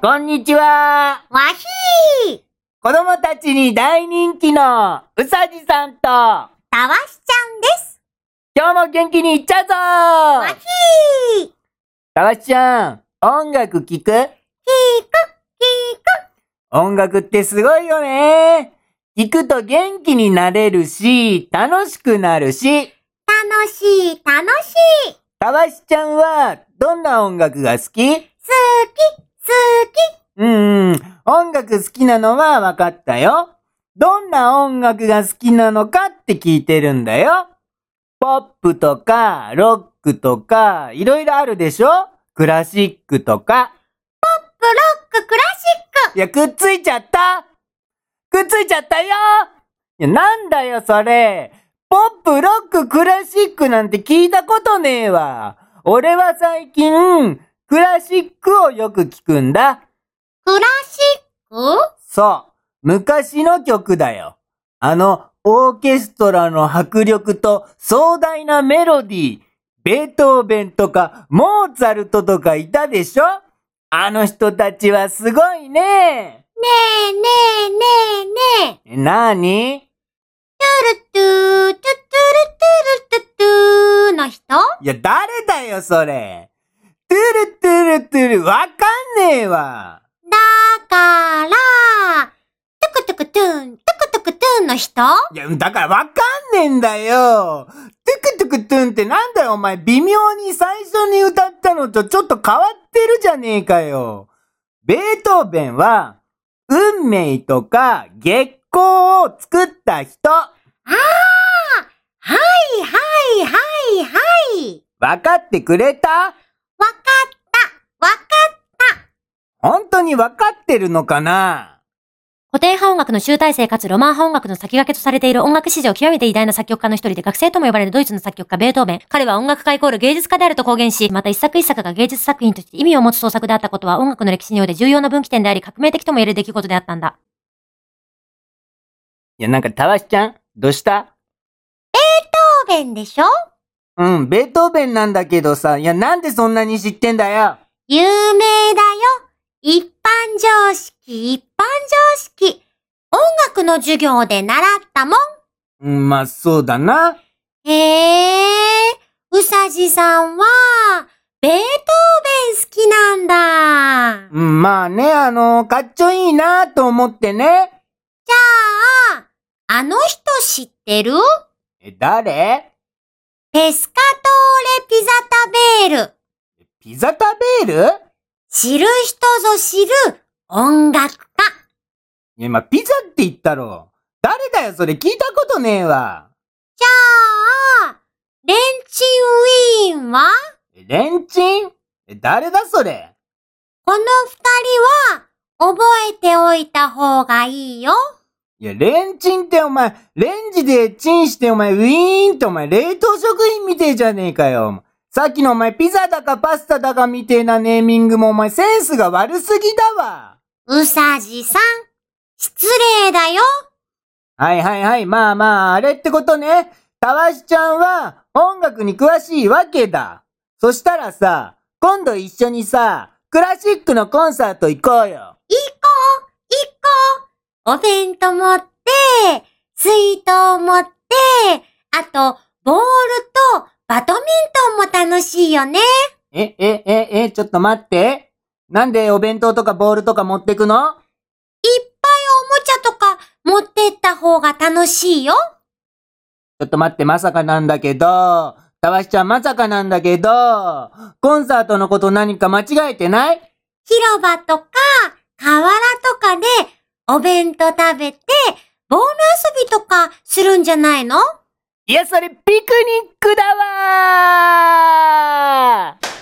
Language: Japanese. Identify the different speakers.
Speaker 1: こんにちは
Speaker 2: わひー
Speaker 1: 子供たちに大人気のうさじさんと、今
Speaker 2: たわしちゃんです
Speaker 1: 日も元気にいっち
Speaker 2: わ
Speaker 1: ゃう
Speaker 2: ひ
Speaker 1: ぞ
Speaker 2: ーひー
Speaker 1: たわしちゃん、音楽聴く
Speaker 2: くひーく
Speaker 1: 音楽ってすごいよね聴くと元気になれるし、楽しくなるし、
Speaker 2: 楽しい楽しい
Speaker 1: たわしちゃんはどんな音楽が好き
Speaker 2: 好き好き
Speaker 1: うんうん、音楽好きなのは分かったよ。どんな音楽が好きなのかって聞いてるんだよ。ポップとか、ロックとか、いろいろあるでしょクラシックとか。
Speaker 2: ブロッククラシック
Speaker 1: いや、くっついちゃったくっついちゃったよいや、なんだよ、それ。ポップ、ロック、クラシックなんて聞いたことねえわ。俺は最近、クラシックをよく聞くんだ。
Speaker 2: クラシック
Speaker 1: そう、昔の曲だよ。あの、オーケストラの迫力と壮大なメロディー。ベートーベンとか、モーツァルトとかいたでしょあの人たちはすごいね。
Speaker 2: ねえねえねえねえ
Speaker 1: えなに
Speaker 2: トゥルトゥトゥルトゥルトゥトゥの人
Speaker 1: いや、誰だよ、それ。トゥルトゥルトゥル、わかんねえわ。
Speaker 2: だから、トゥクトゥクトゥーン、トゥクトゥクトゥーンの人
Speaker 1: いや、だからわかんねえんだよトゥクトゥクトゥンってなんだよお前微妙に最初に歌ったのとちょっと変わってるじゃねえかよベートーベンは、運命とか月光を作った人
Speaker 2: はいはいはいはい。
Speaker 1: わかってくれた
Speaker 2: わかった、わかった。
Speaker 1: 本当にわかってるのかな
Speaker 3: 古典派音楽の集大成かつロマン派音楽の先駆けとされている音楽史上極めて偉大な作曲家の一人で学生とも呼ばれるドイツの作曲家ベートーベン。彼は音楽家イコール芸術家であると公言し、また一作一作が芸術作品として意味を持つ創作であったことは音楽の歴史において重要な分岐点であり革命的とも言える出来事であったんだ。
Speaker 1: いや、なんかたわしちゃん、どうした
Speaker 2: ベートーベンでしょ
Speaker 1: うん、ベートーベンなんだけどさ、いや、なんでそんなに知ってんだよ
Speaker 2: 有名だよ。一般常識、一般常識。音楽の授業で習ったもん。
Speaker 1: うん、まあ、そうだな。
Speaker 2: へえ、うさじさんは、ベートーベン好きなんだ。
Speaker 1: うん、まあね、あの、かっちょいいなと思ってね。
Speaker 2: ああ、あの人知ってる
Speaker 1: え、誰
Speaker 2: ペスカトーレピザタベール。
Speaker 1: ピザ食べる
Speaker 2: 知る人ぞ知る音楽家。
Speaker 1: いや、まあ、ピザって言ったろ。誰だよ、それ聞いたことねえわ。
Speaker 2: じゃあ、レンチンウィーンは
Speaker 1: えレンチンえ、誰だそれ
Speaker 2: この二人は覚えておいた方がいいよ。
Speaker 1: いや、レンチンってお前、レンジでチンしてお前、ウィーンってお前、冷凍食品みてえじゃねえかよ。さっきのお前、ピザだかパスタだかみてえなネーミングもお前、センスが悪すぎだわ。
Speaker 2: うさじさん、失礼だよ。
Speaker 1: はいはいはい。まあまあ、あれってことね。たわしちゃんは音楽に詳しいわけだ。そしたらさ、今度一緒にさ、クラシックのコンサート行こうよ。
Speaker 2: 行こう、行こう。お弁当持って、水筒持って、あと、ボールとバドミントンも楽しいよね。
Speaker 1: え、え、え、え、ちょっと待って。なんでお弁当とかボールとか持ってくの
Speaker 2: いっぱいおもちゃとか持ってった方が楽しいよ。
Speaker 1: ちょっと待って、まさかなんだけど、たわしちゃんまさかなんだけど、コンサートのこと何か間違えてない
Speaker 2: 広場とか、河原とかで、お弁当食べて、ボール遊びとかするんじゃないの
Speaker 1: いや、それピクニックだわー